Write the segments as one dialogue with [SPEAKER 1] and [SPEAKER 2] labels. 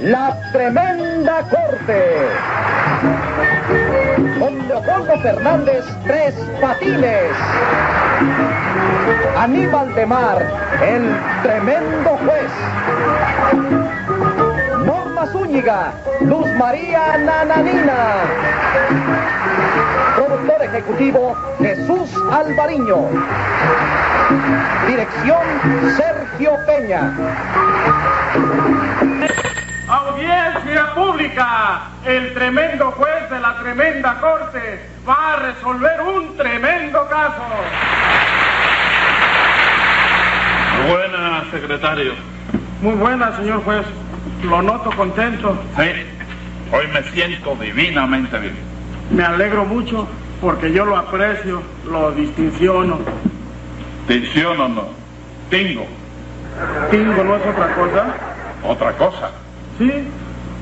[SPEAKER 1] La Tremenda Corte. Con Leopoldo Fernández, tres patines. Aníbal de Mar, el tremendo juez. Norma Zúñiga, Luz María Nananina. Productor ejecutivo, Jesús Alvariño. Dirección, Sergio Peña.
[SPEAKER 2] Audiencia pública, el tremendo juez de la tremenda corte va a resolver un tremendo caso.
[SPEAKER 3] Muy buena, secretario.
[SPEAKER 2] Muy buena, señor juez. Lo noto contento.
[SPEAKER 3] Sí, hoy me siento divinamente bien.
[SPEAKER 2] Me alegro mucho porque yo lo aprecio, lo distinciono.
[SPEAKER 3] Distinciono no, tingo.
[SPEAKER 2] ¿Tingo no es otra cosa?
[SPEAKER 3] Otra cosa.
[SPEAKER 2] Sí,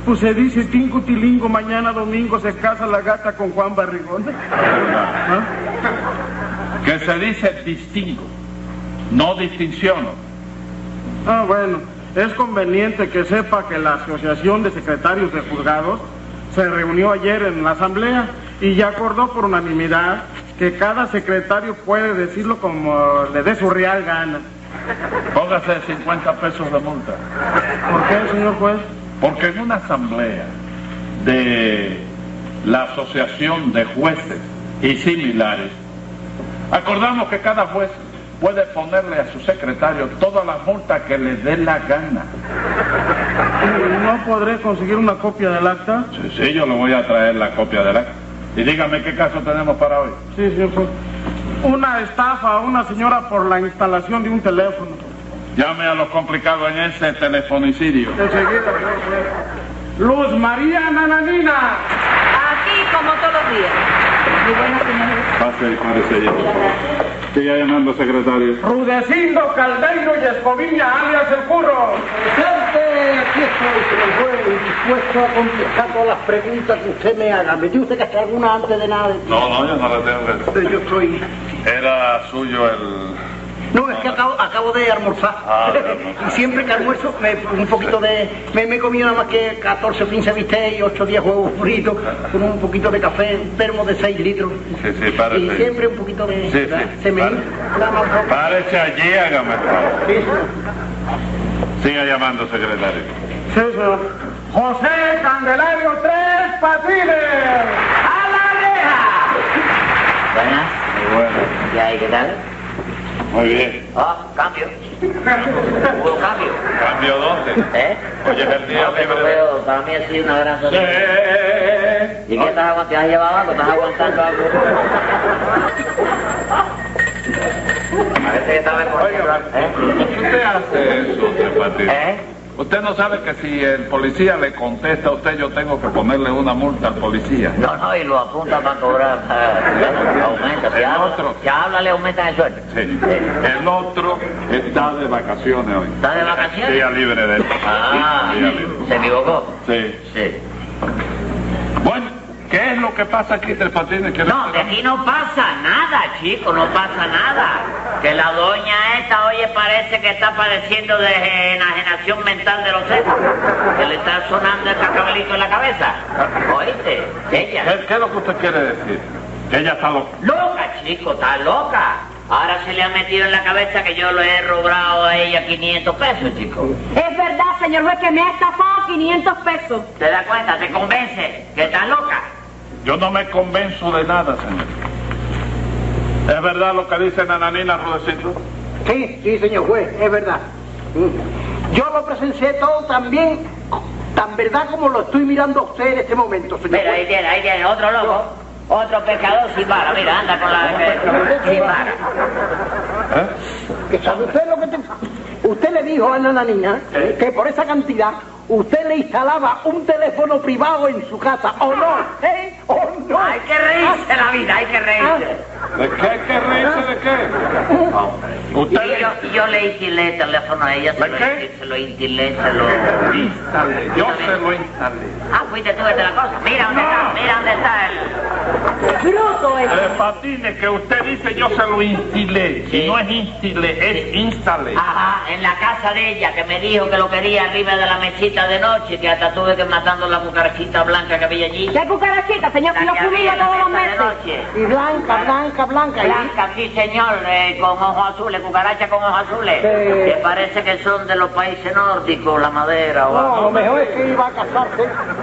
[SPEAKER 2] pues se dice tinco tilingo, mañana domingo se casa la gata con Juan Barrigón. ¿Ah?
[SPEAKER 3] Que se dice distingo, no distinciono.
[SPEAKER 2] Ah, bueno, es conveniente que sepa que la Asociación de Secretarios de Juzgados se reunió ayer en la Asamblea y ya acordó por unanimidad que cada secretario puede decirlo como le dé su real gana.
[SPEAKER 3] Póngase 50 pesos de multa.
[SPEAKER 2] ¿Por qué, señor juez?
[SPEAKER 3] Porque en una asamblea de la Asociación de Jueces y similares, acordamos que cada juez puede ponerle a su secretario todas las multas que le dé la gana.
[SPEAKER 2] ¿No podré conseguir una copia del acta?
[SPEAKER 3] Sí, sí, yo le voy a traer la copia del acta. Y dígame qué caso tenemos para hoy.
[SPEAKER 2] Sí, señor juez. Una estafa a una señora por la instalación de un teléfono.
[SPEAKER 3] Llame a los complicados en ese telefonicidio.
[SPEAKER 2] Enseguida, Luz María Nananina.
[SPEAKER 4] Aquí como todos los días. Muy buenas, señores.
[SPEAKER 3] Pase, parece ya. Siga llamando, secretario.
[SPEAKER 2] Rudecindo Caldeiro y Escobilla, alias El Curro.
[SPEAKER 5] Presente, aquí estoy, señor juez, dispuesto a contestar todas las preguntas que usted me haga. ¿Me tiene usted que hacer alguna antes de nada?
[SPEAKER 3] No, no, yo no la tengo
[SPEAKER 5] que Yo estoy...
[SPEAKER 3] Era suyo el...
[SPEAKER 5] No, es que acabo, acabo de almorzar.
[SPEAKER 3] Ah,
[SPEAKER 5] y siempre que almuerzo, me, un poquito de. Me, me he comido nada más que 14 o 15 bistecs y 8 o 10 huevos fritos, con un poquito de café, un termo de 6 litros.
[SPEAKER 3] Sí, sí, parece.
[SPEAKER 5] Y siempre un poquito de.
[SPEAKER 3] Sí, sí,
[SPEAKER 5] se me
[SPEAKER 3] pare.
[SPEAKER 5] inflama
[SPEAKER 3] Párese allí, hágame el favor.
[SPEAKER 5] Sí.
[SPEAKER 3] Siga llamando, secretario.
[SPEAKER 2] Sí, señor. José Candelario Tres Patines.
[SPEAKER 6] ¡A la reja!
[SPEAKER 4] Buenas.
[SPEAKER 3] Muy bueno.
[SPEAKER 4] ¿Y ahí qué tal?
[SPEAKER 3] Muy bien.
[SPEAKER 4] Ah, cambio. Hubo cambio.
[SPEAKER 3] Cambio 12.
[SPEAKER 4] ¿Eh?
[SPEAKER 3] Oye, es el día
[SPEAKER 4] No, pero,
[SPEAKER 3] libre.
[SPEAKER 4] pero para mí ha sido una gran sorpresa.
[SPEAKER 3] Eh, eh, eh,
[SPEAKER 4] ¿Y qué estás aguantando? ¿Te has llevado algo? ¿Estás aguantando algo? Parece que está mejor.
[SPEAKER 3] Oiga,
[SPEAKER 4] ¿Eh?
[SPEAKER 3] ¿Qué usted hace eso, Tres Patines?
[SPEAKER 4] ¿Eh?
[SPEAKER 3] Usted no sabe que si el policía le contesta a usted, yo tengo que ponerle una multa al policía.
[SPEAKER 4] No, no, y lo apunta para cobrar. para- ¿eh? Aumenta. Si
[SPEAKER 3] El
[SPEAKER 4] habla,
[SPEAKER 3] otro.
[SPEAKER 4] si habla, le aumentan el sueldo.
[SPEAKER 3] Sí. El otro está de vacaciones hoy.
[SPEAKER 4] ¿Está de vacaciones?
[SPEAKER 3] Día libre de él.
[SPEAKER 4] Ah,
[SPEAKER 3] Día libre.
[SPEAKER 4] se equivocó.
[SPEAKER 3] Sí.
[SPEAKER 4] Sí.
[SPEAKER 3] Bueno, ¿qué es lo que pasa aquí, Tres Patines? ¿Quieres
[SPEAKER 4] No, que
[SPEAKER 3] que-
[SPEAKER 4] aquí no pasa nada, chico, no pasa nada. Que la doña esta, oye, parece que está padeciendo de enajenación mental de los sesos. Que le está sonando el cacabelito en la cabeza. ¿Oíste? Ella.
[SPEAKER 3] ¿Qué, qué es lo que usted quiere decir? Que ella está loca.
[SPEAKER 4] Loca, chico, está loca. Ahora se le ha metido en la cabeza que yo le he robado a ella 500 pesos, chico.
[SPEAKER 6] Es verdad, señor juez, que me ha estafado 500 pesos.
[SPEAKER 4] ¿Te das cuenta? ¿Te convence que está loca?
[SPEAKER 3] Yo no me convenzo de nada, señor. ¿Es verdad lo que dice Nananina Rudecito?
[SPEAKER 5] Sí, sí, señor juez, es verdad. Mm. Yo lo presencié todo también, tan verdad como lo estoy mirando a usted en este momento, señor
[SPEAKER 4] Mira, ahí
[SPEAKER 5] juez.
[SPEAKER 4] tiene, ahí tiene, otro loco. Otro pescador sin vara, mira, anda con la... Sin vara.
[SPEAKER 3] ¿Eh?
[SPEAKER 5] Que ¿Sabe usted lo que te- Usted le dijo a Nananina
[SPEAKER 3] Sí.
[SPEAKER 5] que por esa cantidad usted le instalaba un teléfono privado en su casa, ¿o no? ¿Eh? ¿O
[SPEAKER 1] no.
[SPEAKER 4] Hay que reírse la vida, hay que reírse.
[SPEAKER 3] ¿De qué hay que reírse? ¿De qué?
[SPEAKER 4] Hombre.
[SPEAKER 3] Usted-
[SPEAKER 4] Y yo, yo le intilé el teléfono a ella, se
[SPEAKER 3] ¿De
[SPEAKER 4] lo,
[SPEAKER 3] qué?
[SPEAKER 4] inti- se lo intilé, se lo...
[SPEAKER 3] Instalé, Yo se lo instalé.
[SPEAKER 4] Ah, fuiste tú el de la cosa. Mira dónde
[SPEAKER 3] No.
[SPEAKER 4] está, mira dónde está el...
[SPEAKER 6] Bruto
[SPEAKER 3] Eh,
[SPEAKER 6] es.
[SPEAKER 3] patine, que usted dice yo se lo instilé. Si
[SPEAKER 4] Sí.
[SPEAKER 3] no es instilé, es instalé.
[SPEAKER 4] Ajá, en la casa de ella, que me dijo que lo quería arriba de la mesita de noche, que hasta tuve que matando la cucarachita blanca que había allí.
[SPEAKER 6] ¿Qué cucarachita, señor? Que yo
[SPEAKER 4] La que
[SPEAKER 6] cubría
[SPEAKER 4] había
[SPEAKER 6] todos los
[SPEAKER 4] en la mesa de
[SPEAKER 6] meses.
[SPEAKER 4] noche.
[SPEAKER 5] Y blanca, blanca, blanca. y-
[SPEAKER 4] Blanca, sí señor, eh, con ojos azules, cucarachas con ojos azules,
[SPEAKER 5] Sí.
[SPEAKER 4] que parece que son de los países nórdicos, la madera o
[SPEAKER 5] No, a
[SPEAKER 4] algo.
[SPEAKER 5] lo mejor es que iba a casarse.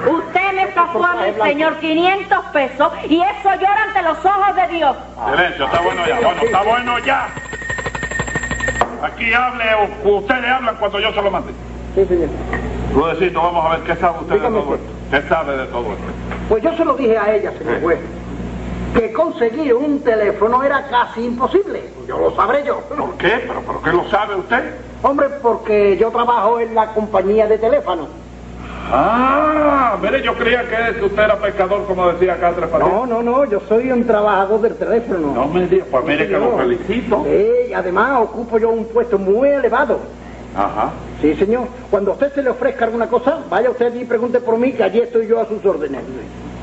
[SPEAKER 6] Usted me estafó a mi señor 500 pesos y eso llora ante los ojos de Dios.
[SPEAKER 3] Silencio, está bueno ya. Bueno, está bueno ya. Aquí hable, u- ustedes hablan cuando yo se lo mande.
[SPEAKER 5] Sí, señor.
[SPEAKER 3] Rudecito, vamos a ver qué sabe usted
[SPEAKER 5] Dígame
[SPEAKER 3] de todo
[SPEAKER 5] usted.
[SPEAKER 3] esto. ¿Qué sabe de todo esto?
[SPEAKER 5] Pues yo se lo dije a ella, señor juez, que conseguir un teléfono era casi imposible. Yo lo sabré yo.
[SPEAKER 3] ¿Por qué? ¿Pero por qué lo sabe usted?
[SPEAKER 5] Hombre, porque yo trabajo en la compañía de teléfono.
[SPEAKER 3] Ah, mire, yo creía que usted era pescador, como decía acá Tres Patines.
[SPEAKER 5] No, no, no, yo soy un trabajador del teléfono.
[SPEAKER 3] No me diga, pues mire que lo
[SPEAKER 5] Señor.
[SPEAKER 3] felicito.
[SPEAKER 5] Sí, y además ocupo yo un puesto muy elevado.
[SPEAKER 3] Ajá.
[SPEAKER 5] Sí, señor. Cuando a usted se le ofrezca alguna cosa, vaya usted y pregunte por mí, que allí estoy yo a sus órdenes.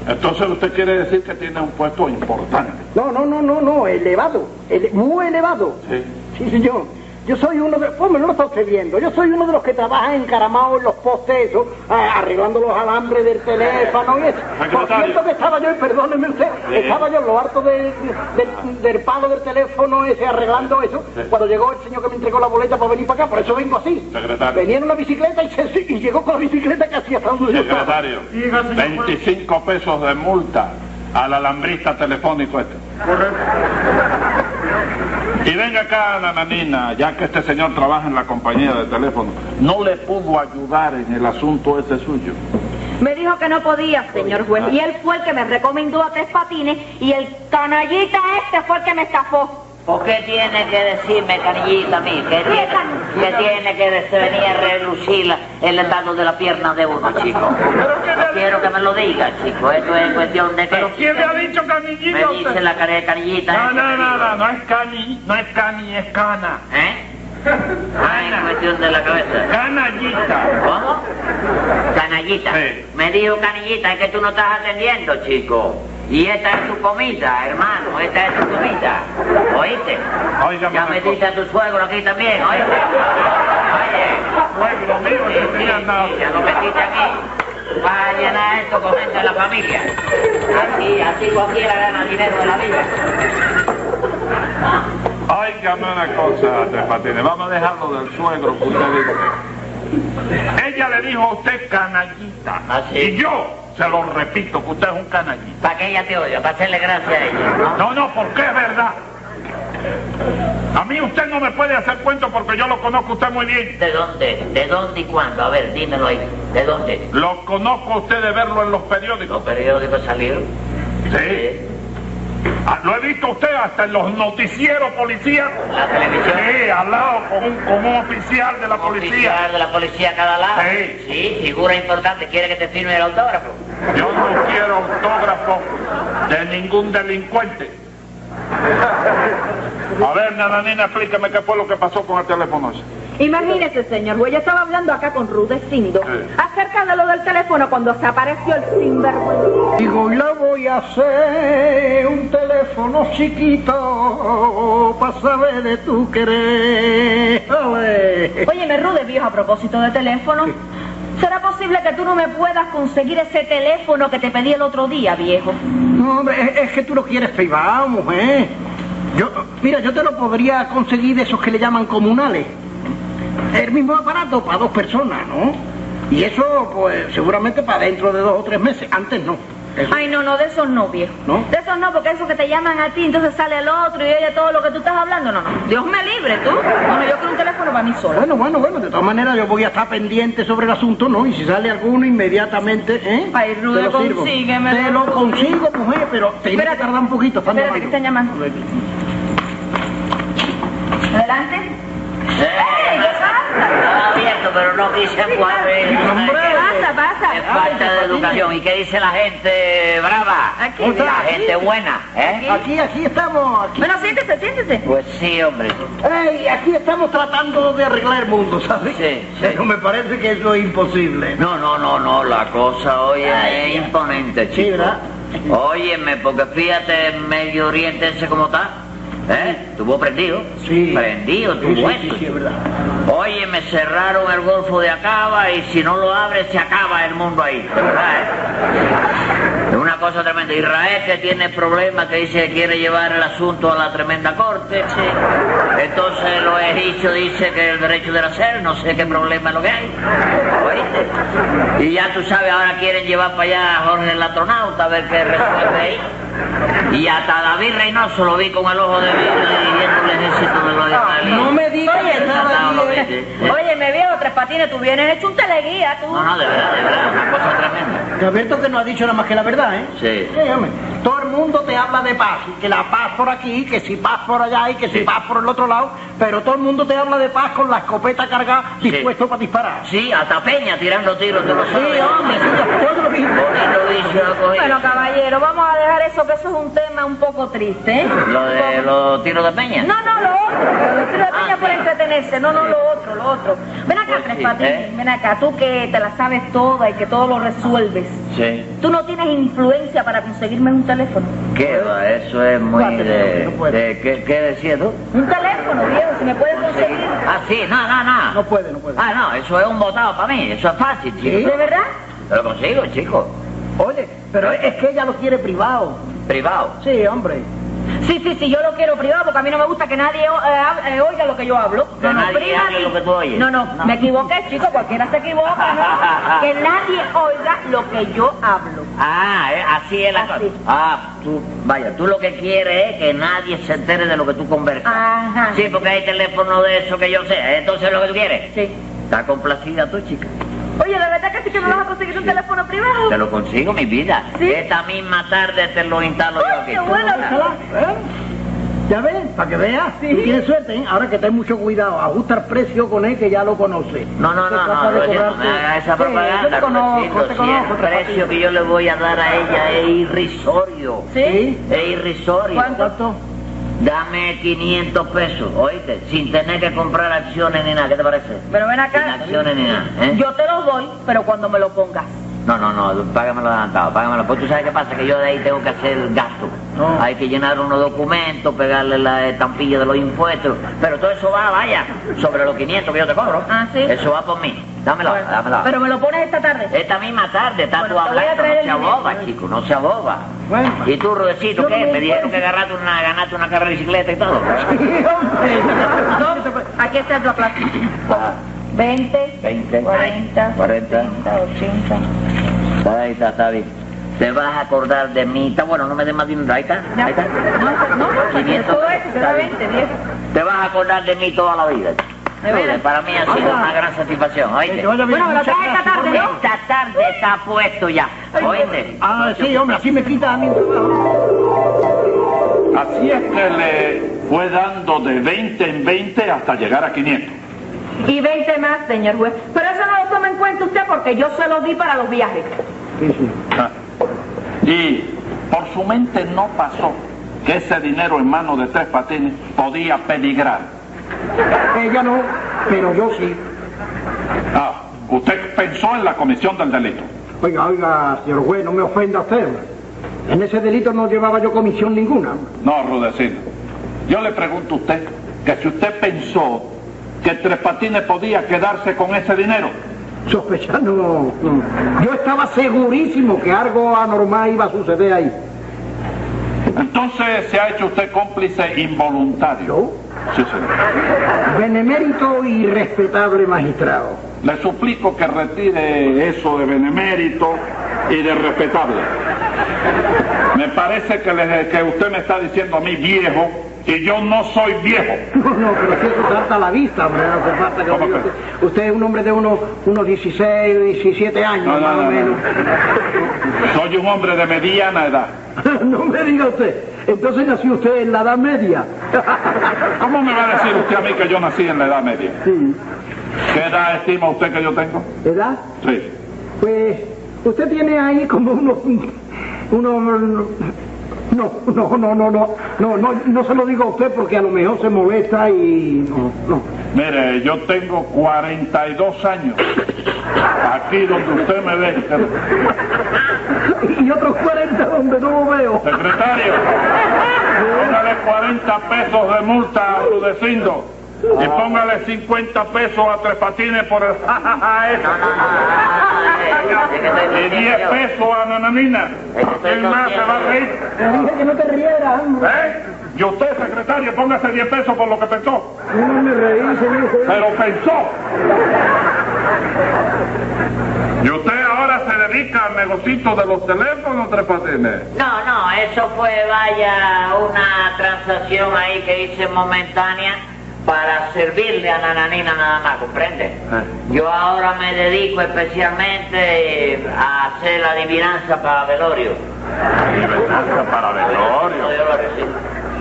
[SPEAKER 3] Entonces usted quiere decir que tiene un puesto importante.
[SPEAKER 5] No, no, no, no, no, elevado, ele- muy elevado.
[SPEAKER 3] Sí.
[SPEAKER 5] Sí, señor. Yo soy uno de... Pues me lo está usted viendo. Yo soy uno de los que trabaja encaramado en los postes, eso, a- arreglando los alambres del teléfono y eso. Por
[SPEAKER 3] Secretario.
[SPEAKER 5] cierto que estaba yo, y perdóneme usted,
[SPEAKER 3] Sí.
[SPEAKER 5] estaba yo en lo harto del, del, del palo del teléfono ese, arreglando eso,
[SPEAKER 3] Sí.
[SPEAKER 5] cuando llegó el señor que me entregó la boleta para venir para acá, por eso vengo así.
[SPEAKER 3] Secretario.
[SPEAKER 5] Venía en una bicicleta y, se- y llegó con la bicicleta casi hasta donde yo estaba.
[SPEAKER 3] Secretario,
[SPEAKER 2] Diga, señor juez.
[SPEAKER 3] 25 pesos de multa al alambrista telefónico este.
[SPEAKER 2] Correcto.
[SPEAKER 3] Y venga acá, Nananina, ya que este señor trabaja en la compañía de teléfono, ¿no le pudo ayudar en el asunto ese suyo?
[SPEAKER 6] Me dijo que no podía, señor juez. Y él fue el que me recomendó a tres patines y el canallita este fue el que me estafó.
[SPEAKER 4] ¿Por qué tiene que decirme, canillita a mí? ¿Qué tiene, que tiene que des- venir a relucir la- el lado de la pierna de uno, chico? No quiero que me lo diga, chico. Esto es cuestión de que...
[SPEAKER 2] ¿Pero quién le ha dicho
[SPEAKER 4] Me
[SPEAKER 2] canillita a
[SPEAKER 4] dice
[SPEAKER 2] usted?
[SPEAKER 4] la ¿eh? cara de canillita.
[SPEAKER 3] No,
[SPEAKER 4] esa
[SPEAKER 3] no,
[SPEAKER 4] que
[SPEAKER 3] no,
[SPEAKER 4] digo.
[SPEAKER 3] no, no es cani, no es cani, es cana.
[SPEAKER 4] ¿Eh? Ah, es cuestión de la cabeza.
[SPEAKER 3] Canallita.
[SPEAKER 4] ¿Cómo? Canallita.
[SPEAKER 3] Sí.
[SPEAKER 4] Me dijo Canillita, es que tú no estás atendiendo, chico. Y esta es tu comida, hermano, esta es tu comida. ¿Oíste?
[SPEAKER 3] Óigame
[SPEAKER 4] ya
[SPEAKER 3] una
[SPEAKER 4] me
[SPEAKER 3] cosa.
[SPEAKER 4] dice a tu suegro aquí también, ¿oíste? Oye.
[SPEAKER 3] Pueblo mío,
[SPEAKER 4] Sí,
[SPEAKER 3] que
[SPEAKER 4] sí,
[SPEAKER 3] tenía nada.
[SPEAKER 4] sí, ya lo metiste aquí. Vas a llenar esto con gente de la familia. Así, así cualquiera gana dinero de la vida.
[SPEAKER 3] Óigame una cosa, Tres Patines, vamos a dejarlo del suegro que usted dice. Ella le dijo a usted canallita.
[SPEAKER 4] Ah, sí.
[SPEAKER 3] Y yo se lo repito, que usted es un canallita.
[SPEAKER 4] Para que ella te oiga, para hacerle gracia a ella, ¿no?
[SPEAKER 3] No, no, porque es verdad. A mí usted no me puede hacer cuento porque yo lo conozco a usted muy bien.
[SPEAKER 4] ¿De dónde? ¿De dónde y cuándo? A ver, dímelo ahí. ¿De dónde?
[SPEAKER 3] Lo conozco a usted de verlo en los
[SPEAKER 4] Los
[SPEAKER 3] periódicos.
[SPEAKER 4] periódicos salieron.
[SPEAKER 3] Sí. Ah, Lo he visto a usted hasta en los noticieros policíacos.
[SPEAKER 4] La televisión.
[SPEAKER 3] Sí, al lado con un, con un oficial de la policía.
[SPEAKER 4] Oficial de la policía a cada lado.
[SPEAKER 3] Sí.
[SPEAKER 4] Sí, figura importante. ¿Quiere que te firme el autógrafo?
[SPEAKER 3] Yo no quiero autógrafo de ningún delincuente. A ver, Nananina, explícame qué fue lo que pasó con el teléfono ese.
[SPEAKER 6] Imagínese, señor juez, yo estaba hablando acá con Rudecindo
[SPEAKER 3] Sí.
[SPEAKER 6] acerca de lo del teléfono cuando se apareció el sinvergüenza.
[SPEAKER 5] Digo, la voy a hacer un teléfono chiquito para saber de tu querer. ¡Ale!
[SPEAKER 6] Óyeme, Rude, viejo, a propósito de teléfono, ¿será posible que tú no me puedas conseguir ese teléfono que te pedí el otro día, viejo?
[SPEAKER 5] No, hombre, es, es que tú lo quieres privado, mujer. Yo, mira, yo te lo podría conseguir de esos que le llaman comunales. El mismo aparato para dos personas, ¿no? Y eso, pues, seguramente para dentro de dos o tres meses. Antes no. Eso-
[SPEAKER 6] Ay, no, no, de esos no, viejo.
[SPEAKER 5] ¿No?
[SPEAKER 6] De esos no, porque esos que te llaman a ti, entonces sale el otro y oye todo lo que tú estás hablando. No, no. Dios me libre, tú. Bueno, yo quiero un teléfono para mí sola.
[SPEAKER 5] Bueno, bueno, bueno, de todas maneras yo voy a estar pendiente sobre el asunto, ¿no? Y si sale alguno inmediatamente, ¿eh?
[SPEAKER 6] Ay, Rude,
[SPEAKER 5] Te lo sirvo.
[SPEAKER 6] consígueme.
[SPEAKER 5] Te lo consigo, mujer, pero te que
[SPEAKER 6] Espérate.
[SPEAKER 5] tardar un poquito, están
[SPEAKER 6] Espérate, que están
[SPEAKER 5] llamando.
[SPEAKER 6] llamando. Adelante.
[SPEAKER 4] ¡Eh!
[SPEAKER 6] ¡Ey, qué pasa!
[SPEAKER 4] Estaba abierto, pero no quise eh. cuadrir.
[SPEAKER 6] Pasa,
[SPEAKER 4] Es
[SPEAKER 6] pasa.
[SPEAKER 4] falta de educación. ¿Y qué dice la gente brava?
[SPEAKER 6] Aquí.
[SPEAKER 4] la gente buena, ¿eh?
[SPEAKER 5] Aquí, aquí estamos, aquí.
[SPEAKER 6] Bueno, siéntese, siéntese.
[SPEAKER 4] Pues sí, hombre.
[SPEAKER 5] Ey, aquí estamos tratando de arreglar el mundo, ¿sabes?
[SPEAKER 4] Sí, sí.
[SPEAKER 5] Pero me parece que eso es imposible.
[SPEAKER 4] No, no, no, no, la cosa hoy
[SPEAKER 5] Ay,
[SPEAKER 4] es imponente,
[SPEAKER 5] Sí,
[SPEAKER 4] chico.
[SPEAKER 5] ¿verdad?
[SPEAKER 4] Óyeme, porque fíjate el Medio Oriente ese como está. ¿Eh? Estuvo prendido.
[SPEAKER 5] Sí.
[SPEAKER 4] Prendido,
[SPEAKER 5] Sí,
[SPEAKER 4] estuvo
[SPEAKER 5] sí,
[SPEAKER 4] puesto.
[SPEAKER 5] sí, sí, es verdad.
[SPEAKER 4] Óyeme, cerraron el Golfo de Acaba y si no lo abres se acaba el mundo ahí. De verdad, ¿eh? Es una cosa tremenda. Israel que tiene problemas, que dice que quiere llevar el asunto a la tremenda corte. Entonces lo he dicho, dice que el derecho de hacer, no sé qué problema es lo que hay. ¿Oíste? Y ya tú sabes, ahora quieren llevar para allá a Jorge el astronauta a ver qué resuelve ahí. Y hasta David Reynoso lo vi con el ojo de vidrio dirigiendo el ejército de los israelíes.
[SPEAKER 5] Ah, No me digas
[SPEAKER 6] Oye,
[SPEAKER 5] que estaba
[SPEAKER 4] no, no,
[SPEAKER 5] aquí.
[SPEAKER 4] Sí, sí.
[SPEAKER 6] Oye, me viejo, tres patines, tú vienes hecho un teleguía, tú.
[SPEAKER 4] No,
[SPEAKER 5] Ah,
[SPEAKER 4] no, de verdad, de verdad, una cosa tremenda.
[SPEAKER 5] Roberto que no ha dicho nada más que la verdad, ¿eh?
[SPEAKER 4] Sí.
[SPEAKER 5] Sí, hombre. Todo el mundo te habla de paz, y que la paz por aquí, que si paz por allá y que si
[SPEAKER 4] Sí.
[SPEAKER 5] paz por el otro lado, pero todo el mundo te habla de paz con la escopeta cargada,
[SPEAKER 4] Sí.
[SPEAKER 5] dispuesto para disparar.
[SPEAKER 4] Sí, hasta Peña tirando tiros, tú lo
[SPEAKER 5] Sí,
[SPEAKER 4] sabes.
[SPEAKER 5] hombre, sí, yo lo vi.
[SPEAKER 4] Bonito vicio ha cogido.
[SPEAKER 6] Bueno, caballero, vamos a dejar eso, que eso es un tema un poco triste, ¿eh?
[SPEAKER 4] Lo de los tiros de Peña.
[SPEAKER 6] No, no, lo otro, lo de la
[SPEAKER 4] Ah,
[SPEAKER 6] Peña por
[SPEAKER 4] sí.
[SPEAKER 6] entretenerse, no, no,
[SPEAKER 4] Sí.
[SPEAKER 6] lo otro, lo otro. Ven acá,
[SPEAKER 4] Pues
[SPEAKER 6] Tres
[SPEAKER 4] sí,
[SPEAKER 6] Patines,
[SPEAKER 4] ¿eh?
[SPEAKER 6] ven acá, tú que te la sabes toda y que todo lo resuelves.
[SPEAKER 4] Sí.
[SPEAKER 6] Tú no tienes influencia para conseguirme un teléfono.
[SPEAKER 4] ¿Qué va? Eso es muy
[SPEAKER 5] Cuatro,
[SPEAKER 4] de...
[SPEAKER 5] no puedo.
[SPEAKER 4] de- ¿qué, ¿Qué decías tú?
[SPEAKER 6] Un teléfono, viejo, si me puedes conseguir.
[SPEAKER 4] Ah, sí, no, no, no.
[SPEAKER 5] No puede, no puede.
[SPEAKER 4] Ah, no, eso es un botado para mí, eso es fácil,
[SPEAKER 6] ¿De
[SPEAKER 4] chico.
[SPEAKER 6] verdad?
[SPEAKER 4] Lo consigo, chico.
[SPEAKER 5] Oye, pero es que ella lo quiere privado.
[SPEAKER 4] Privado.
[SPEAKER 5] Sí, hombre.
[SPEAKER 6] Sí, sí, sí, yo lo quiero privado porque a mí no me gusta que nadie o- eh, hab- eh, oiga lo que yo hablo.
[SPEAKER 4] Que nadie hable lo que tú oyes.
[SPEAKER 6] No, no, me equivoqué, chico, cualquiera se equivoca, ¿no? que nadie oiga lo que yo hablo.
[SPEAKER 4] Ah, eh, así es la cosa.
[SPEAKER 6] Así.
[SPEAKER 4] Ah, tú, vaya, tú lo que quieres es que nadie se entere de lo que tú conversas.
[SPEAKER 5] Ah.
[SPEAKER 6] Ajá.
[SPEAKER 4] Sí, porque hay teléfono de eso que yo sé. Entonces lo que tú quieres.
[SPEAKER 6] Sí.
[SPEAKER 4] Está complacida tú, chica.
[SPEAKER 6] Oye, ¿de verdad que sí que me vas a conseguir un teléfono privado?
[SPEAKER 4] Te lo consigo, mi vida.
[SPEAKER 6] Sí.
[SPEAKER 4] Esta misma tarde te lo instalo yo
[SPEAKER 6] ¡Ay,
[SPEAKER 4] aquí.
[SPEAKER 6] qué bueno!
[SPEAKER 5] Ojalá, ¿eh? Ya ves, para que veas, tú tienes suerte, ¿eh? ahora que ten mucho cuidado, ajusta el precio con él que ya lo conoce.
[SPEAKER 4] No, no, no,
[SPEAKER 5] Trata
[SPEAKER 4] no,
[SPEAKER 5] de
[SPEAKER 4] lo siento,
[SPEAKER 5] cobrarte-
[SPEAKER 4] me haga esa
[SPEAKER 5] Sí,
[SPEAKER 4] propaganda.
[SPEAKER 5] yo te conozco, te conozco.
[SPEAKER 4] el precio que yo le voy a dar a ella es irrisorio.
[SPEAKER 6] ¿Sí?
[SPEAKER 4] Es irrisorio.
[SPEAKER 5] ¿Cuánto?
[SPEAKER 4] Dame 500 pesos, oíste, sin tener que comprar acciones ni nada, ¿qué te parece?
[SPEAKER 6] Pero ven
[SPEAKER 4] Sin
[SPEAKER 6] acá.
[SPEAKER 4] acciones ni nada, ¿eh?
[SPEAKER 6] Yo te los doy, pero cuando me lo pongas.
[SPEAKER 4] No, no, no, págamelo adelantado, págamelo. Pues tú sabes qué pasa, que yo de ahí tengo que hacer gasto.
[SPEAKER 5] No.
[SPEAKER 4] Hay que llenar unos documentos, pegarle la estampilla de los impuestos. Pero todo eso va, vaya, sobre los 500 que yo te cobro.
[SPEAKER 6] Ah, ¿sí?
[SPEAKER 4] Eso va por mí. Dámelo,
[SPEAKER 6] Bueno,
[SPEAKER 4] dámelo.
[SPEAKER 6] Pero me lo pones esta tarde.
[SPEAKER 4] Esta misma tarde está
[SPEAKER 6] Bueno,
[SPEAKER 4] tú
[SPEAKER 6] te voy a
[SPEAKER 4] hablando,
[SPEAKER 6] traer
[SPEAKER 4] no
[SPEAKER 6] el
[SPEAKER 4] se
[SPEAKER 6] dinero.
[SPEAKER 4] aboba, chico, no se aboba.
[SPEAKER 5] Bueno.
[SPEAKER 4] ¿Y tú, Rudecito,
[SPEAKER 5] Yo
[SPEAKER 4] qué?
[SPEAKER 5] no me
[SPEAKER 4] Te dijeron que
[SPEAKER 5] encuentro.
[SPEAKER 4] agarraste una, ganaste una carrera de bicicleta y todo.
[SPEAKER 6] No, aquí está tu plaza.
[SPEAKER 4] Ah,
[SPEAKER 6] 20,
[SPEAKER 4] 20,
[SPEAKER 6] 40,
[SPEAKER 4] 40.
[SPEAKER 6] 80.
[SPEAKER 4] Ahí está, está bien. Te vas a acordar de mí. Está bueno, no me des más dinero. Ahí está,
[SPEAKER 6] Ya.
[SPEAKER 4] ahí está.
[SPEAKER 6] No, no, no,
[SPEAKER 4] 500.
[SPEAKER 6] todo eso, te da 20, 10.
[SPEAKER 4] Te vas a acordar de mí toda la vida.
[SPEAKER 6] De veras.
[SPEAKER 4] Para mí ha sido
[SPEAKER 5] Anda.
[SPEAKER 4] una gran satisfacción, oíste.
[SPEAKER 5] Que vaya bien,
[SPEAKER 6] Bueno, me lo
[SPEAKER 5] muchas
[SPEAKER 6] traes esta
[SPEAKER 5] gracias,
[SPEAKER 6] tarde,
[SPEAKER 5] hombre.
[SPEAKER 6] ¿no?
[SPEAKER 4] Esta tarde está puesto ya, oíste.
[SPEAKER 5] Ah, sí, hombre, así me quitas a mi trabajo.
[SPEAKER 3] Así es que le fue dando de 20 en 20 hasta llegar a 500.
[SPEAKER 6] Y 20 más, señor juez. Pero eso no lo toma en cuenta usted porque yo se lo di para los viajes.
[SPEAKER 3] Ah. Y por su mente no pasó que ese dinero en manos de tres patines podía peligrar.
[SPEAKER 5] Ella no, pero yo sí.
[SPEAKER 3] Ah, usted pensó en la comisión del delito.
[SPEAKER 5] Oiga, oiga, señor juez, no me ofenda usted. hombre. En ese delito no llevaba yo comisión ninguna. hombre.
[SPEAKER 3] No, Rudecindo. Yo le pregunto a usted que si usted pensó que Tres Patines podía quedarse con ese dinero.
[SPEAKER 5] Sospechando. no. Yo estaba segurísimo que algo anormal iba a suceder ahí.
[SPEAKER 3] Entonces se ha hecho usted cómplice involuntario.
[SPEAKER 5] ¿Yo?
[SPEAKER 3] Sí, señor.
[SPEAKER 5] Benemérito y respetable magistrado.
[SPEAKER 3] Le suplico que retire eso de benemérito y de respetable. Me parece que, le- que usted me está diciendo a mí viejo y yo no soy viejo.
[SPEAKER 5] No, no, pero si eso salta a la vista, hombre, no hace falta que lo
[SPEAKER 3] ¿Cómo
[SPEAKER 5] diga
[SPEAKER 3] que?
[SPEAKER 5] usted. Usted es un hombre de unos, unos 16, 17 años,
[SPEAKER 3] No, no,
[SPEAKER 5] más
[SPEAKER 3] no,
[SPEAKER 5] o
[SPEAKER 3] no.
[SPEAKER 5] menos.
[SPEAKER 3] Soy un hombre de mediana edad.
[SPEAKER 5] No me diga usted. Entonces nació usted en la Edad Media.
[SPEAKER 3] ¿Cómo me va a decir usted a mí que yo nací en la Edad Media?
[SPEAKER 5] Sí.
[SPEAKER 3] ¿Qué edad estima usted que yo tengo?
[SPEAKER 5] ¿Verdad?
[SPEAKER 3] Sí.
[SPEAKER 5] Pues usted tiene ahí como unos... unos... No, no, no, no, no, no, no, no se lo digo a usted porque a lo mejor se molesta y... No, no.
[SPEAKER 3] Mire, yo tengo 42 años. Aquí donde usted me ve.
[SPEAKER 5] Y otros 40 donde no lo veo.
[SPEAKER 3] Secretario, póngale 40 pesos de multa a Rudecindo. Y póngale 50 pesos a Tres Patines por el jajaja ese. Y 10 pesos a Nananina. ¿Quién más se va a reír?
[SPEAKER 5] Le dije que no te rieras, hombre.
[SPEAKER 3] ¿Eh? Y usted, secretario, póngase 10 pesos por lo que pensó.
[SPEAKER 5] Yo no me reí, señor juez.
[SPEAKER 3] Pero pensó. Y usted ahora se dedica al negocito de los teléfonos, Tres Patines.
[SPEAKER 4] No, no, eso fue, vaya, una transacción ahí que hice momentánea para servirle a Nananina nada más, ¿comprende?
[SPEAKER 3] Ah.
[SPEAKER 4] Yo ahora me dedico especialmente a hacer la adivinanza para Velorio.
[SPEAKER 3] Libertad para
[SPEAKER 4] Yo lo recibo.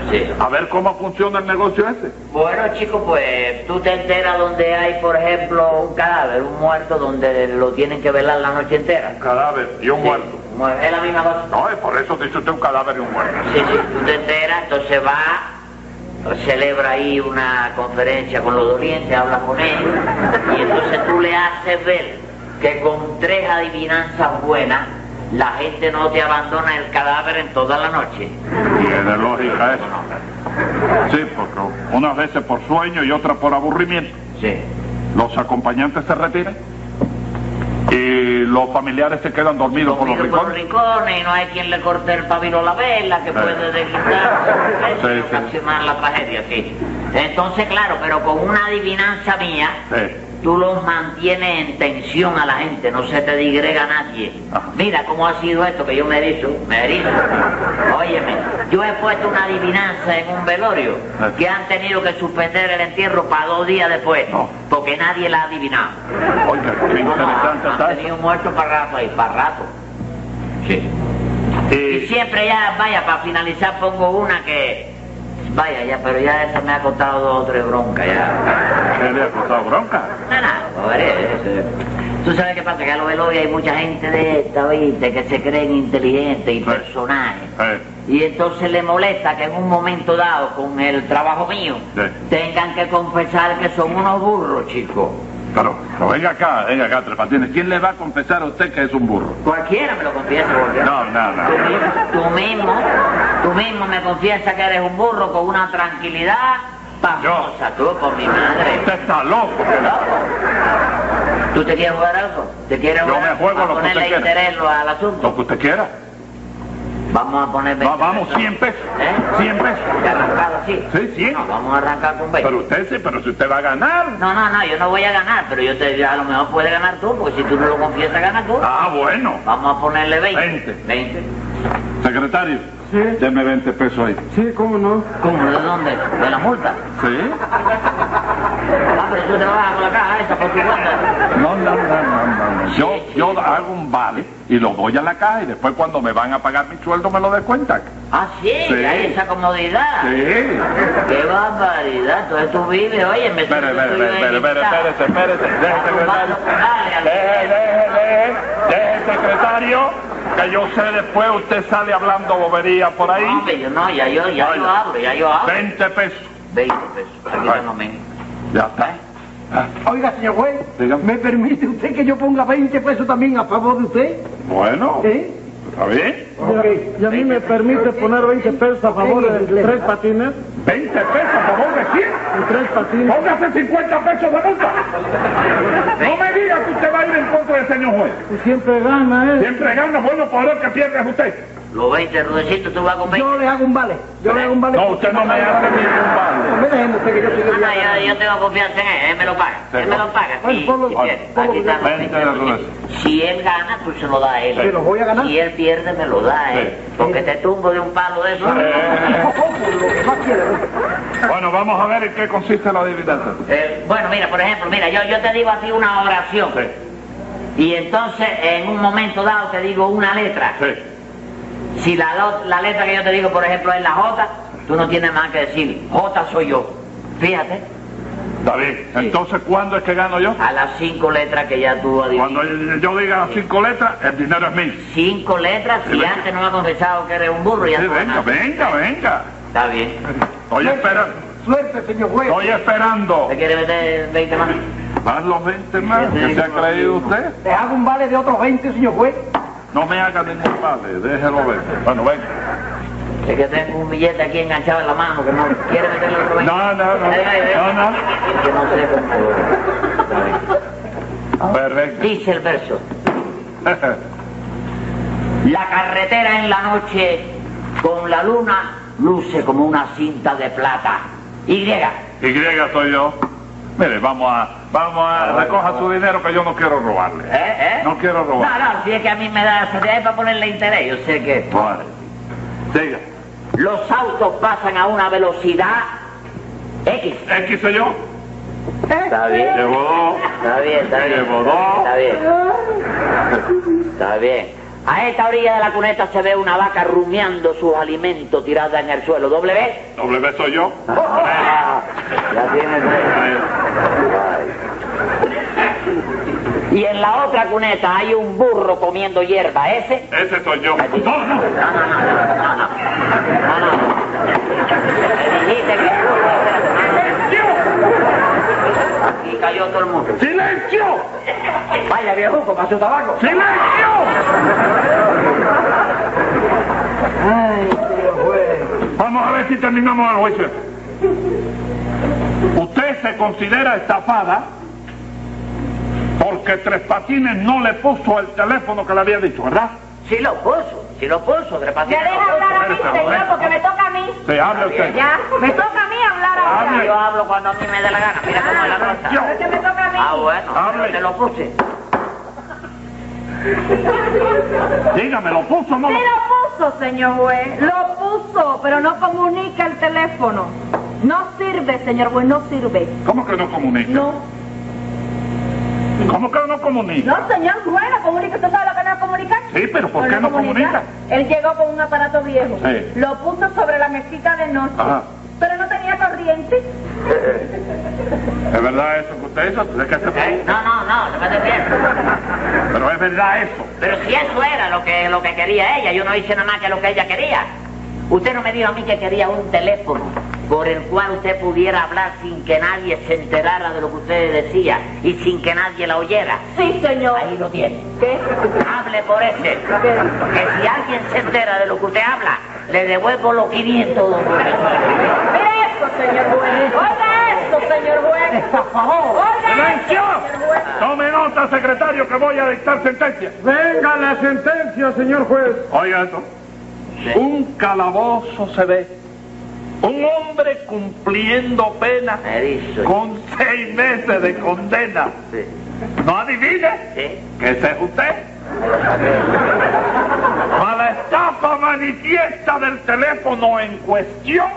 [SPEAKER 4] Sí.
[SPEAKER 3] A ver cómo funciona el negocio ese.
[SPEAKER 4] Bueno, chicos, pues tú te enteras donde hay, por ejemplo, un cadáver, un muerto, donde lo tienen que velar la noche entera.
[SPEAKER 3] Cadáver y un
[SPEAKER 4] Sí,
[SPEAKER 3] muerto.
[SPEAKER 4] mu- Es la misma cosa.
[SPEAKER 3] No, y por eso dice usted un cadáver y un muerto.
[SPEAKER 4] Sí, sí, tú te enteras, entonces va, celebra ahí una conferencia con los dolientes, habla con ellos, y entonces tú le haces ver que con tres adivinanzas buenas, la gente no te abandona el cadáver en toda la noche.
[SPEAKER 3] Tiene lógica eso. Sí, porque unas veces por sueño y otras por aburrimiento.
[SPEAKER 4] Sí.
[SPEAKER 3] Los acompañantes se retiran y los familiares se quedan dormidos por los
[SPEAKER 4] Dormido por los
[SPEAKER 3] rincones.
[SPEAKER 4] rincones y no hay quien le corte el pabilo a la vela que
[SPEAKER 3] Sí.
[SPEAKER 4] puede desquitar
[SPEAKER 3] Sí, sí.
[SPEAKER 4] ocasionar la tragedia, sí. Entonces, claro, pero con una adivinanza mía,
[SPEAKER 3] Sí.
[SPEAKER 4] tú los mantienes en tensión a la gente, no se te digrega nadie.
[SPEAKER 3] Ah.
[SPEAKER 4] Mira cómo ha sido esto que yo me erizo, me erizo. Óyeme, yo he puesto una adivinanza en un velorio
[SPEAKER 3] Ah.
[SPEAKER 4] que han tenido que suspender el entierro para dos días después,
[SPEAKER 3] No.
[SPEAKER 4] porque nadie la ha adivinado.
[SPEAKER 3] Oiga, qué interesante
[SPEAKER 4] han
[SPEAKER 3] está eso.
[SPEAKER 4] tenido muerto para rato ahí, para rato. Sí. Y
[SPEAKER 3] Y-
[SPEAKER 4] siempre ya, vaya, para finalizar pongo una que... Vaya, ya, pero ya esa me ha costado dos o tres broncas ya.
[SPEAKER 3] ¿Qué le ha costado bronca?
[SPEAKER 4] Nada, a ver, eh, eh, Tú sabes qué pasa, que a lo del hoy hay mucha gente de esta, ¿viste? Que se creen inteligentes y
[SPEAKER 3] Sí.
[SPEAKER 4] personajes.
[SPEAKER 3] Eh,
[SPEAKER 4] Y entonces le molesta que en un momento dado, con el trabajo mío,
[SPEAKER 3] Sí.
[SPEAKER 4] tengan que confesar que son unos burros, chicos.
[SPEAKER 3] pero, pero venga acá, venga acá, Tres Patines. ¿Quién le va a confesar a usted que es un burro?
[SPEAKER 4] Cualquiera me lo confiesa, cualquiera.
[SPEAKER 3] No, no, no.
[SPEAKER 4] Tú mismo, tú mismo, tú mismo me confiesas que eres un burro con una tranquilidad pajosa, tú, por mi madre.
[SPEAKER 3] Usted está loco.
[SPEAKER 4] ¿Tú te quieres jugar algo? ¿Te quieres
[SPEAKER 3] Yo
[SPEAKER 4] jugar
[SPEAKER 3] me
[SPEAKER 4] algo?
[SPEAKER 3] juego lo
[SPEAKER 4] Vamos
[SPEAKER 3] que
[SPEAKER 4] a ponerle
[SPEAKER 3] usted quiera.
[SPEAKER 4] interés lo- al asunto.
[SPEAKER 3] Lo que usted quiera.
[SPEAKER 4] Vamos a poner
[SPEAKER 3] Va-
[SPEAKER 4] 20
[SPEAKER 3] vamos, 100 pesos.
[SPEAKER 4] ¿Eh?
[SPEAKER 3] 100 pesos.
[SPEAKER 4] ¿De arrancado, sí?
[SPEAKER 3] Sí, 100.
[SPEAKER 4] No, vamos a arrancar con 20.
[SPEAKER 3] Pero usted sí, pero si usted va a ganar.
[SPEAKER 4] No, no, no, yo no voy a ganar, pero yo te a lo mejor puedes ganar tú, porque si tú no lo confiesas, ganas tú.
[SPEAKER 3] Ah, bueno.
[SPEAKER 4] Vamos a ponerle 20.
[SPEAKER 3] 20.
[SPEAKER 4] 20.
[SPEAKER 3] Secretario,
[SPEAKER 5] Sí.
[SPEAKER 3] deme 20 pesos ahí.
[SPEAKER 5] Sí, cómo no.
[SPEAKER 4] ¿Cómo? ¿De dónde? ¿De la multa?
[SPEAKER 3] ¿Sí?
[SPEAKER 4] Ah, pero tú trabajas con la caja esa por tu cuenta.
[SPEAKER 3] No, no, no, no, no, no. Yo, yo hago un vale y lo doy a la caja y después cuando me van a pagar mi sueldo me lo descuentan.
[SPEAKER 4] Ah, sí,
[SPEAKER 3] Sí.
[SPEAKER 4] hay esa comodidad.
[SPEAKER 3] Sí.
[SPEAKER 4] Qué barbaridad, tú, tú vives, oye, me
[SPEAKER 3] Espere, espere, espere, espere, espérese, espérese. Deje, secretario. Deje, deje, deje. Deje, secretario. Que yo sé después usted sale hablando bobería por ahí.
[SPEAKER 4] No, hombre, yo no, ya yo, ya yo
[SPEAKER 3] Vaya.
[SPEAKER 4] hablo, ya yo hablo.
[SPEAKER 3] 20 pesos.
[SPEAKER 4] 20 pesos, aquí
[SPEAKER 3] Vaya.
[SPEAKER 4] no me...
[SPEAKER 3] Ya está. Ah,
[SPEAKER 5] Oiga, señor juez,
[SPEAKER 3] Dígame.
[SPEAKER 5] ¿me permite usted que yo ponga 20 pesos también a favor de usted?
[SPEAKER 3] Bueno,
[SPEAKER 5] ¿Eh?
[SPEAKER 3] está bien.
[SPEAKER 5] Ok.
[SPEAKER 2] Y a mí me permite poner 20 pesos a favor de tres patines
[SPEAKER 3] 20 pesos, por favor, de 100.
[SPEAKER 2] y tres patines.
[SPEAKER 3] Póngase 50 pesos de multa. No me diga que usted va a ir en contra del señor juez.
[SPEAKER 2] Siempre gana, ¿eh?
[SPEAKER 3] Siempre gana, bueno, por el que pierde es usted.
[SPEAKER 4] Los 20, Rudecito, tú vas con 20.
[SPEAKER 5] Yo le hago un vale. Yo le hago un vale.
[SPEAKER 3] No, usted no me hace ningún
[SPEAKER 5] No
[SPEAKER 3] vale.
[SPEAKER 5] me dejen usted que yo soy
[SPEAKER 4] No,
[SPEAKER 5] el
[SPEAKER 4] no,
[SPEAKER 5] día-
[SPEAKER 4] yo, yo tengo confianza en él, él me lo paga, él me lo paga.
[SPEAKER 5] Bueno,
[SPEAKER 4] sí,
[SPEAKER 5] ponlo-
[SPEAKER 4] si,
[SPEAKER 3] ponlo-
[SPEAKER 4] quiere.
[SPEAKER 5] ponlo-
[SPEAKER 4] Aquí está los
[SPEAKER 3] Vente,
[SPEAKER 4] 20 pesos.
[SPEAKER 3] Rudecito.
[SPEAKER 4] Si él gana, tú se lo das a él.
[SPEAKER 5] ¿Se lo voy a ganar?
[SPEAKER 4] Si él pierde, me lo da, ¿eh?
[SPEAKER 3] Sí.
[SPEAKER 4] Porque te tumbo de un palo de eso.
[SPEAKER 3] Eh.
[SPEAKER 5] Por lo que más quiera.
[SPEAKER 3] Bueno, vamos a ver en qué consiste la dividenza.
[SPEAKER 4] Eh, bueno, mira, por ejemplo, mira, yo, yo te digo a ti una oración.
[SPEAKER 3] Sí,
[SPEAKER 4] Y entonces, en un momento dado, te digo una letra.
[SPEAKER 3] sí.
[SPEAKER 4] Si la, lo- la letra que yo te digo, por ejemplo, es la J, tú no tienes más que decir, J soy yo. Fíjate.
[SPEAKER 3] Está bien. Entonces, ¿cuándo es que gano yo?
[SPEAKER 4] A las cinco letras que ya tú adivinas.
[SPEAKER 3] Cuando yo yo diga las cinco letras, el dinero es mío.
[SPEAKER 4] Cinco letras
[SPEAKER 3] Sí,
[SPEAKER 4] y
[SPEAKER 3] venga.
[SPEAKER 4] antes no me ha confesado que eres un burro. Ya
[SPEAKER 3] Sí,
[SPEAKER 4] tú
[SPEAKER 3] venga,
[SPEAKER 4] ganaste.
[SPEAKER 3] venga, venga.
[SPEAKER 4] Está bien.
[SPEAKER 3] Estoy esperando.
[SPEAKER 5] Suerte, señor juez.
[SPEAKER 3] Estoy esperando.
[SPEAKER 4] ¿Te quiere meter 20 más?
[SPEAKER 3] Van los 20 más.
[SPEAKER 4] Sí,
[SPEAKER 3] ¿Qué se ha
[SPEAKER 4] no,
[SPEAKER 3] creído
[SPEAKER 4] no.
[SPEAKER 3] usted?
[SPEAKER 5] Te hago un vale de otros 20, señor juez.
[SPEAKER 3] No me haga ningún padre. Déjelo ver. Bueno, venga.
[SPEAKER 4] Es que tengo un billete aquí enganchado en la mano que no quiere meterle otro 20.
[SPEAKER 3] No, no, no.
[SPEAKER 4] Ahí va, ahí va.
[SPEAKER 3] No, no.
[SPEAKER 4] Que no sé cómo. Está bien. Ah.
[SPEAKER 3] Perfecto.
[SPEAKER 4] Dice el verso. La carretera en la noche con la luna luce como una cinta de plata. Y.
[SPEAKER 3] Y soy yo. Mire, vamos a, vamos a, recoja su dinero que yo no quiero robarle.
[SPEAKER 4] Ah. ¿Eh? ¿Eh?
[SPEAKER 3] No quiero robar.
[SPEAKER 4] No, no, si es que a mí me da esa idea para ponerle interés, yo sé que.
[SPEAKER 3] Vale. Diga.
[SPEAKER 4] Los autos pasan a una velocidad X.
[SPEAKER 3] X soy yo.
[SPEAKER 4] Está bien.
[SPEAKER 3] Llevo dos.
[SPEAKER 4] Está bien, está bien.
[SPEAKER 3] Llevo dos.
[SPEAKER 4] Está bien. Está bien. A esta orilla de la cuneta se ve una vaca rumiando sus alimentos tirada en el suelo. ¿Doble B?
[SPEAKER 3] Doble B soy yo.
[SPEAKER 4] Ah, ya tiene tres. Y en la otra cuneta hay un burro comiendo hierba. ¿Ese?
[SPEAKER 3] Ese soy yo. No, no.
[SPEAKER 4] No, no, no, no, no, no. No, no. Me dijiste que el burro era- Aquí cayó todo el mundo.
[SPEAKER 3] ¡Silencio!
[SPEAKER 4] Vaya viejo, para su tabaco.
[SPEAKER 3] ¡Silencio!
[SPEAKER 5] Ay, señor juez.
[SPEAKER 3] Vamos a ver si terminamos el juicio. Usted se considera estafada porque Tres Patines no le puso el teléfono que le había dicho, ¿verdad?
[SPEAKER 4] Sí lo puso, sí lo puso, tres
[SPEAKER 6] Ya
[SPEAKER 4] patines.
[SPEAKER 6] deja hablar a mí,
[SPEAKER 3] Espérate,
[SPEAKER 6] señor,
[SPEAKER 3] espérate.
[SPEAKER 6] porque me toca a mí.
[SPEAKER 3] Se habla usted.
[SPEAKER 6] Ya, me toca a mí hablar
[SPEAKER 3] Hable.
[SPEAKER 6] ahora. Ah,
[SPEAKER 4] Yo hablo cuando a mí me dé la gana. Ah, Mira cómo es la cosa.
[SPEAKER 3] Yo.
[SPEAKER 6] Es que me toca a mí.
[SPEAKER 4] Ah, bueno,
[SPEAKER 3] Hable.
[SPEAKER 4] te lo puse.
[SPEAKER 3] Dígame, ¿lo puso o no
[SPEAKER 6] Sí
[SPEAKER 3] lo
[SPEAKER 6] lo puso, señor juez. Lo puso, pero no comunica el teléfono. No sirve, señor juez, no sirve.
[SPEAKER 3] ¿Cómo que no comunica?
[SPEAKER 6] No.
[SPEAKER 3] ¿Cómo que no comunica?
[SPEAKER 6] No, señor juez, no comunica. ¿Usted sabe lo que no es comunicar?
[SPEAKER 3] Sí, pero ¿por
[SPEAKER 6] Pues
[SPEAKER 3] qué no comunica?
[SPEAKER 6] Él llegó con un aparato viejo.
[SPEAKER 3] Sí.
[SPEAKER 6] Lo puso sobre la mesita de noche.
[SPEAKER 3] Ajá.
[SPEAKER 6] Pero no tenía corriente.
[SPEAKER 3] ¿Es verdad eso que usted hizo? ¿Es que se
[SPEAKER 4] ¿Eh? No, no, no, te metes bien.
[SPEAKER 3] Pero es verdad eso.
[SPEAKER 4] Pero si eso era lo que, lo que quería ella, yo no hice nada más que lo que ella quería. Usted no me dijo a mí que quería un teléfono por el cual usted pudiera hablar sin que nadie se enterara de lo que usted decía y sin que nadie la oyera.
[SPEAKER 6] Sí, señor.
[SPEAKER 4] Ahí lo tiene.
[SPEAKER 6] ¿Qué?
[SPEAKER 4] Hable por ese. Porque si alguien se entera de lo que usted habla, le devuelvo los 500 dólares.
[SPEAKER 6] Mira esto, señor juez. Oiga esto, señor juez.
[SPEAKER 5] Por favor.
[SPEAKER 6] Oiga esto,
[SPEAKER 3] ¡Silencio!
[SPEAKER 6] señor juez.
[SPEAKER 3] Tome nota, secretario, que voy a dictar sentencia.
[SPEAKER 2] Venga la sentencia, señor juez.
[SPEAKER 3] Oiga esto. Un calabozo se ve. Un hombre cumpliendo pena
[SPEAKER 4] Me dice.
[SPEAKER 3] con seis meses de condena.
[SPEAKER 4] Sí.
[SPEAKER 3] ¿No adivine?
[SPEAKER 4] Sí.
[SPEAKER 3] Que ese es usted. A la estafa manifiesta del teléfono en cuestión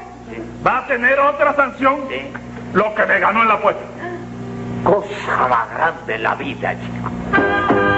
[SPEAKER 3] va a tener otra sanción.
[SPEAKER 4] Sí.
[SPEAKER 3] Lo que me ganó en la apuesta.
[SPEAKER 4] Cosa más grande en la vida, chico.